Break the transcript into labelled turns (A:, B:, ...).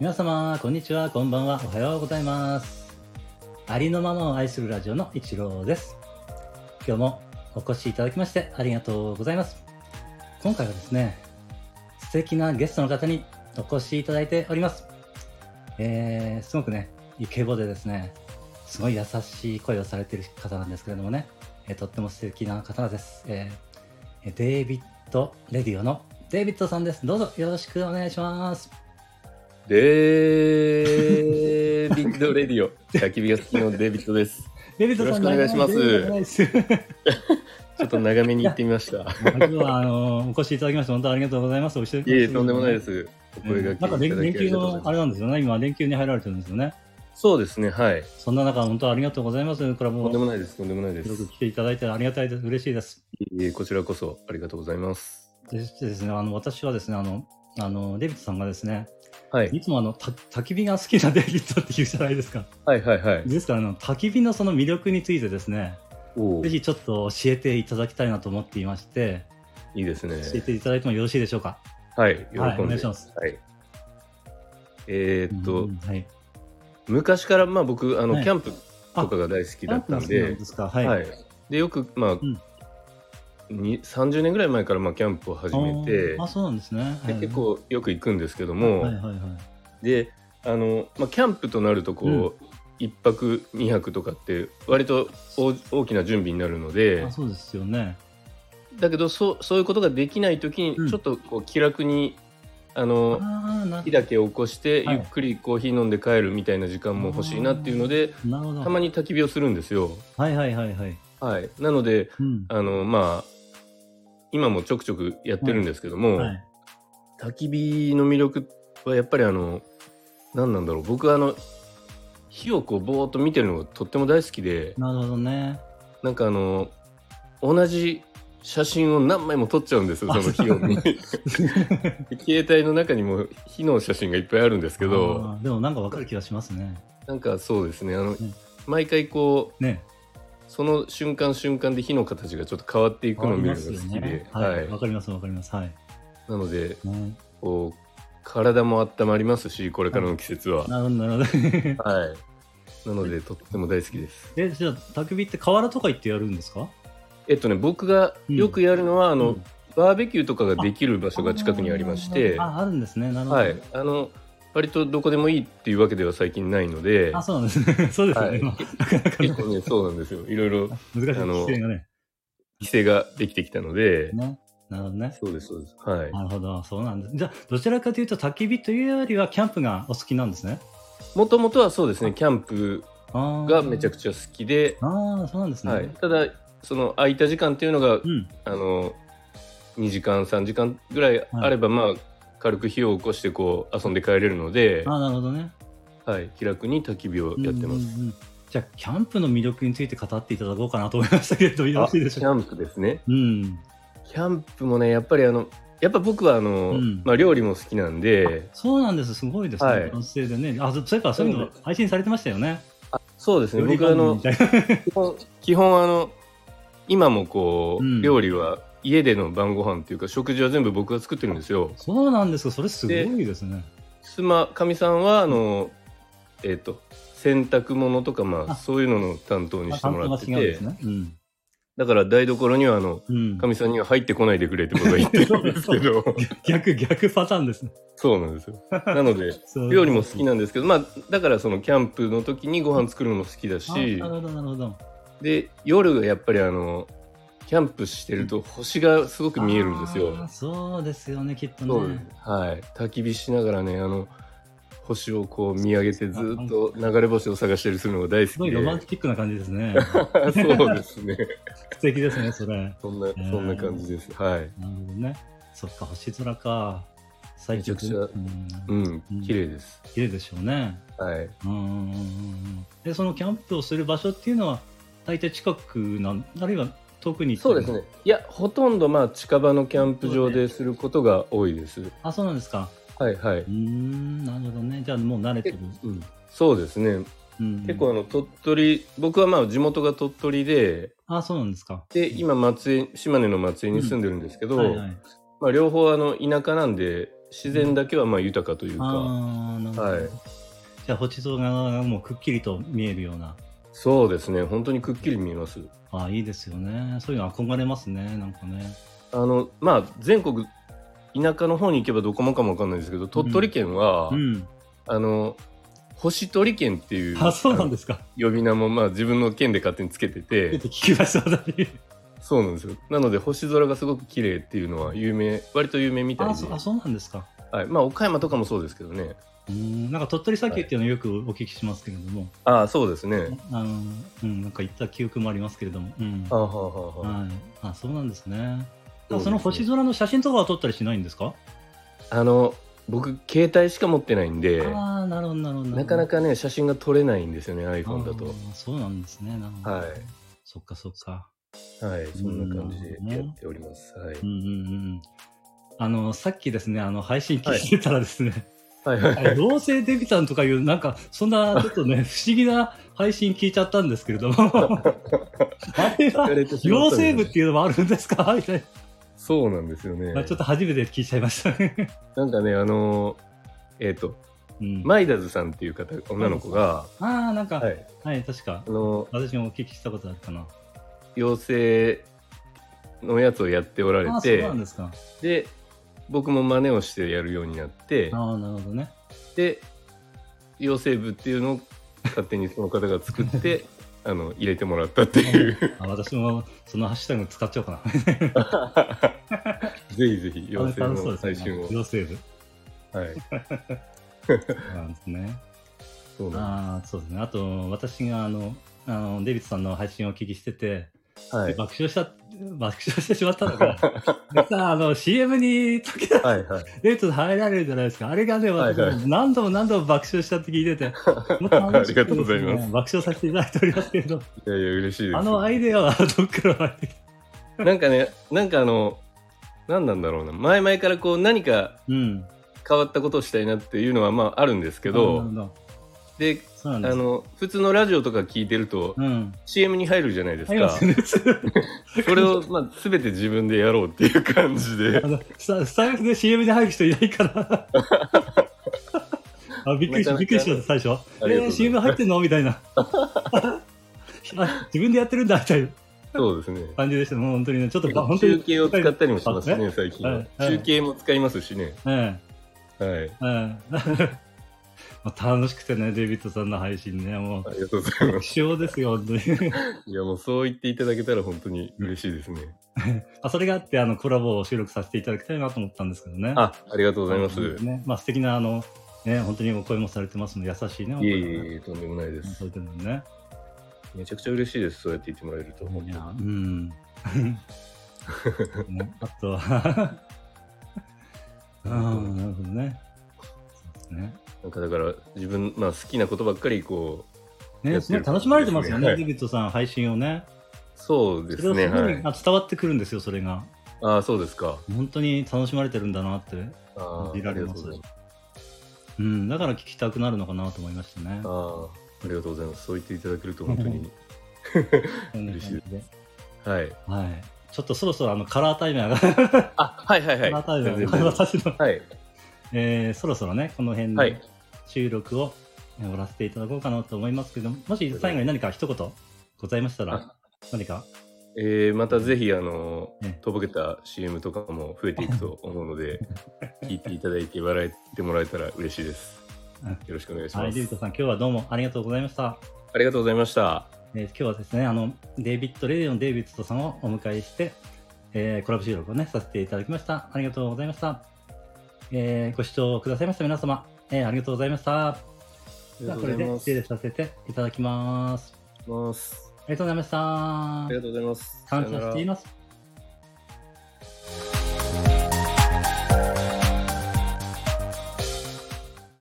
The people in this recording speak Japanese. A: 皆様、こんにちは、こんばんは、おはようございます。ありのままを愛するラジオの一郎です。今日もお越しいただきましてありがとうございます。今回はですね、素敵なゲストの方にお越しいただいております。えー、すごくね、イケボでですね、すごい優しい声をされている方なんですけれどもね、えーとっても素敵な方です。えーデイビッド・レディオのデイビッドさんです。どうぞよろしくお願いします。
B: デービッドレディオ、焚き火が好きのデービッドです。
A: デイビッドさん
B: よろしくお願いします
A: 長いです。
B: ちょっと長めに行ってみました。
A: 今日はあのお越しいただきまして本当ありがとうございます。お一人。
B: いえいえ、とんでもないですす。お
A: うん
B: 声
A: な
B: が
A: んか
B: けい
A: 連
B: ただきあ
A: 連
B: り
A: 休
B: がと
A: の
B: うござい
A: あ
B: ま
A: れなんですよね。今連休に入られてるんですよね。
B: す。そうですね、はい。
A: そんな中本当ありがとうございます。これは
B: と
A: も
B: んで
A: う
B: もないです、とんでもないです。
A: よく
B: い
A: 来ていただいてありがたいです。嬉しいです。
B: えいえ、こちらこそありがとうございます。
A: でしてですね、あの私はですね、あのあのデイビッドさんがですね、
B: はい、
A: いつもあのた焚き火が好きなデイビッドって言うじゃないですか。
B: はい、はい、はい。
A: ですからあの焚き火のその魅力についてですね、
B: おお、
A: ぜ
B: い
A: ひちょっと教えていただきたいなと思っていまして、
B: いですね。
A: 教えていただいてもよろしいでしょうか。
B: はい、喜んで。
A: はいお願いします
B: はい。えーっ
A: う
B: と
A: ん、はい。
B: 昔から、まあ僕、あ
A: は
B: の、
A: い
B: キャンプとかが大好きだ
A: キャンプが好
B: ったん
A: きなん
B: で
A: で、すか。はい。
B: はい、でよくまあ、に30年ぐらい前からまあキャンプを始めて
A: あーあそうなんですね、は
B: で
A: い
B: 結構よく行くんですけども、
A: はいはいはい
B: であの、まあ、キャンプとなるとこう、1泊2泊とかって割と大大きな準備になるので
A: あそうですよね
B: だけどそうそういうことができない時に
A: うん
B: ちょっとこう気楽に、あの
A: ああな
B: 火だけ起こして
A: はい
B: ゆっくりコーヒー飲んで帰るみたいな時間も欲しいなっていうので、
A: なるほど
B: たまに焚き火をするんですよ。
A: はいはいはいはい
B: はい、なので
A: うん
B: あのまあ今もちょくちょくやってるんですけども、
A: はい
B: 焚き火の魅力はやっぱりあの何なんだろう僕はあの火をこうぼーっと見てるのがとっても大好きで
A: なるほどね
B: なんかあの同じ写真を何枚も撮っちゃうんですよその火を見 携帯の中にも火の写真がいっぱいあるんですけど
A: あーでもなんかわかる気がしますね
B: なんかそうですねあの、
A: ん
B: 毎回こう
A: ね
B: その瞬間瞬間で火の形がちょっと変わっていくのを見るのが好きで、
A: はいわ、
B: はい、
A: かりますわかりますはい、
B: なので
A: ね、
B: こう体も温まりますしこれからの季節は、
A: なるほど なるほど
B: はい。なので、とっても大好きです。
A: えじゃあ焚き火って河原とか行ってやるんですか
B: えっとね、僕がよくやるのは、あの、
A: うん
B: バーベキューとかができる場所が近くにありまして、
A: あーあるんですねなるほど、
B: はい。あの、割とどこでもいいっていうわけでは最近ないので、
A: あそうなんですね そうですよね、
B: はい
A: まあなかなか
B: 結構ね、そうなんですよ。いろいろ
A: 難しい
B: あの
A: 規制がね
B: 規制ができてきたので、
A: ねなるほどね
B: そうです、そうです。はい。
A: なるほど、そうなんです。じゃあ、どちらかというと、焚き火というよりは、キャンプがお好きなんですね。
B: もともとはそうですね、キャンプ
A: あ
B: がめちゃく
A: ち
B: ちゃ好きで、
A: ゃ。ああ、そうなんですね。
B: はい。ただ、その空いた時間っていうのが
A: うん、
B: あの2時間3時間ぐらいあれば、まあ軽く火を起こしてこう遊んで帰れるので、
A: ああ、なるほどね。
B: はい、気楽に焚き火をやっ
A: う
B: てます。
A: んうんうんじゃあ、キャンプの魅力について語っていただこうかなと思いましたけれど、よろ
B: あ
A: し
B: キ
A: いでしょうか。
B: ャンプですね。
A: うん。
B: キャンプもねやっぱりあのやっぱ僕はあの、
A: うん
B: まあ、料理も好きなんで
A: そうなんです、すごいですね。
B: はい
A: 男性でね。あ、そそういえば、そういうの配信されてましたよね。
B: そうですね
A: 料理
B: 僕はあ
A: 番組
B: の
A: みたいな
B: 基本基本あの今もこ
A: う
B: う、
A: ん
B: 料理は家での晩ご飯っていうか食事は全部僕が作ってるんですよ。
A: そうなんですか、それすごいですね。
B: 妻かみさんはあの、えっ、と洗濯物とかま
A: あ
B: あそういうのの担当に
A: あ
B: して
A: 担
B: も
A: 当
B: ら
A: が
B: って
A: 違う
B: て、
A: んですね。うん。
B: だから台所にはあの
A: うん
B: か、みさんには入ってこないでくれって僕は言ってるんですけど
A: 逆、逆パターンですね。
B: そうなんですよなので
A: そう
B: 料理も好きなんですけどまあだからそのキャンプの時にご飯作るのも好きだ
A: あ
B: し
A: なるほど、なるほど。
B: で夜がやっぱりあのキャンプしてると星がすごく見えるんです
A: あー
B: よ
A: そうですよね、きっと
B: そう
A: ね。
B: はい焚き火しながらねあの星をこう見上げてずっと流れ星を探したりするのが大
A: す
B: 好
A: ご
B: き
A: い
B: で
A: ロマンティックな感じですね。
B: そうですね
A: 素敵ですね、それ。なる
B: そんなそんな感じですはい
A: ほどね。そっか、星空か。最近
B: めちゃくち
A: うん
B: うん綺麗です
A: 綺麗でしょうね。
B: はい
A: うんうんうんうん。で、そのキャンプをする場所っていうのは、大体近くなん、あるいは遠くに行った
B: そう
A: り
B: です。ね。いや、ほとんどまあ近場のキャンプ場ですることが多いです。
A: あ、そうなんですか。
B: はいはいう
A: ー。ん、なるほどね。じゃあもう慣れてる。
B: うん、そうですね。
A: うん、
B: 結構あの鳥取、僕はまあ地元が鳥取で、
A: あ、そうなんですか。
B: で今松江島根の松江に住んでるんですけど、
A: はいはい。
B: まあ両方あの田舎なんで、自然だけはまあ豊かというか、
A: ああ、なるほど。
B: はい
A: じゃあ、星空がもうくっきりと見えるような。
B: そうですね本当にくっきり見えます
A: ああ、いいですよね。そういうの憧れますね、なんかね。
B: あのまあ全国田舎の方に行けばどこもかもわかんないですけど鳥取県は、
A: うん。
B: あの星取県っていう
A: あ、そうなん
B: あの
A: ですか。
B: 呼び名もまあ自分の県で勝手につけ
A: ちょ
B: て
A: ってと聞きました、私。
B: そうなんですよなので星空がすごく綺麗っていうのは有名割と有名みたい
A: あ
B: で
A: そあ、そうなんですか。
B: はい、まあ岡山とかもそうですけどね
A: うーん、なんか鳥取砂丘っていうのをよくお聞きしますけれども、
B: ああそうですね
A: あの、うん、なんか行った記憶もありますけれども、うん。
B: は
A: は
B: あ、はあはあはあ
A: い。あ、そうなんですね。
B: そうですね
A: その星空の写真とかは撮ったりしないんですか、
B: あの僕携帯しか持ってないんで
A: ああ、なるほど、なるほど。
B: なかなかね写真が撮れないんですよね
A: あ
B: iPhone だと
A: ーそうなんですね。なるほど。
B: は
A: そっかそっか。
B: いはいそんな感じでやっております、はい
A: うんうんうん。あの、さっきですね、あの、配信聞いてたらですね、
B: はいはいはい
A: 同性デビタンとかいう、なんか、そんな、ちょっとね、 不思議な配信聞いちゃったんですけれども、あれは、 妖精部っていうのもあるんです かみたいな。
B: そうなんですよね
A: まあちょっと初めて聞いちゃいましたね。
B: なんかねあのえっ、と
A: うん、
B: マイダズさんっていう方女の子が、
A: ああ、なんか、は、
B: はいい、
A: 確か
B: あ。の
A: 私もお聞きしたことあるかな。
B: 妖精のやつをやっておられ
A: ああ、そう
B: て
A: なんですか。
B: で僕も真似をしてやるようになって
A: ああ、なるほどね。
B: で妖精部っていうのを勝手にその方が作って あの入れてもらったっていう
A: あ私もそのハッシュタグ使っちゃ おうかな。
B: ぜひぜひ
A: あれ
B: 妖精
A: 楽しそう
B: の
A: ですね
B: 最新 を、
A: 妖精部。
B: はい
A: そうなん ですね。
B: そうなん
A: ああ、そうですね。あと、私があの、あのデビッドさんの配信をお聞きしてて、
B: ですはい
A: 爆笑した、爆笑してしまったのが、 でさあ、あの、CM に時々
B: はいはい
A: デビッドさん入られるじゃないですか。あれがね、私
B: はいは
A: も何度も何度も爆笑したって聞いて て、
B: ありがとうございます
A: す。爆笑させていただいておりますけれど、
B: いやいや嬉しいです
A: あのアイデアはどっから湧いてきた
B: なんかねなんかあの何なんだろうな前々からこう何か
A: うん。
B: 変わったことをしたいなっていうのはまああるんですけ
A: け
B: ど、で
A: そうな
B: あ
A: んです。
B: の普通のラジオとか聞いてると
A: うん。
B: CM に入るじゃないです
A: ありま
B: か
A: すね。
B: それを、まあ、全て自分でやろうっていう感じで
A: あの、ススタイフで CM で入る人いない から。あびっくりした、
B: なかなか
A: びっくりしました、最初。
B: ありがとうござい
A: え
B: ま
A: ー、
B: す
A: CM 入ってんのみたい な。あ自分でやってるんだみたいな
B: そうですね
A: 感じでした。もう本当にね、ちょっと、ば本当
B: 中
A: に。
B: 継を使ったりもします
A: は
B: ね最近
A: は
B: はい
A: はい
B: 中継も使いますしね
A: え
B: はい
A: え、ええ。 まあ楽しくてね、デイビッドさんの配信ね、もう
B: あ、りがとうございま
A: 希少ですよ、本当に。
B: すいやもうそう言っていただけたら本当に嬉しいですね
A: あそれがあって、あの、コラボを収録させていただきたいなと思ったんですけどね。
B: あありがとうございます
A: ね、まあ素敵な、あの、ね、本当にお声もされてますので、優しいね、お
B: い
A: 声
B: え
A: も
B: い
A: ね
B: えいえとんでもないです
A: されてるのね。
B: めちゃくちゃ嬉しいですそうやって言ってもらえると本
A: い
B: 当に
A: や、うん。 ねあと は、うん、なるほどね。そうですね。
B: なんかだから自分、まあ、好きなことばっかりこう
A: ね、
B: やって
A: すご
B: る
A: い楽しまれてますよね、
B: はい
A: デビッドさん、配信をね。
B: そうで
A: そ
B: す
A: れを
B: ね
A: すご
B: はいい
A: あ伝わってくるんですよ、それが。
B: ああそうですか
A: 本当に楽しまれてるんだなって。
B: あああ
A: 見
B: り
A: ら
B: が
A: れ
B: と
A: ま
B: うご
A: す
B: ざいます
A: うん、だから聞きたくなるのかなと思いましたね
B: あ。あありがとうございますそう言っていただけると本当 に
A: こんな感じで
B: 嬉はい
A: はい。ちょっとそろそろあのカラータイマーが、
B: あはいはいは
A: カ
B: い
A: ラータイマ
B: 全然
A: ー
B: 全
A: が、
B: 然
A: 私の、
B: はい
A: えーそろそろね、この辺
B: は
A: で
B: い
A: 収録を終わらせていただこうかなと思いますけども、もし最後に何か一言ございましたら
B: あ、
A: 何か、
B: えーまたぜひあの
A: ね
B: とぼけた CM とかも増えていくと思うの で聞いていただいて笑ってもらえたら嬉しいです
A: うん
B: よろしくお願いし
A: は
B: ま
A: い、デビッ
B: す
A: ドさん、今日はどうもありがとうございました。
B: ありがとうございました
A: えー今日はですね、あの、デイビッド・レディオン・デイビッドさんをお迎えして、えーコラボ収録をね、させていただきました。ありがとうございました。えーご視聴くださいました皆様、えーありがとうございました。
B: あ
A: で
B: りが
A: は
B: とう
A: こ
B: ござ
A: れ
B: い
A: で
B: ま
A: 失礼
B: す
A: させていただきます。
B: ます
A: ありがとうございました
B: あり。がとうございます
A: 感謝してい
B: さよなら
A: ます。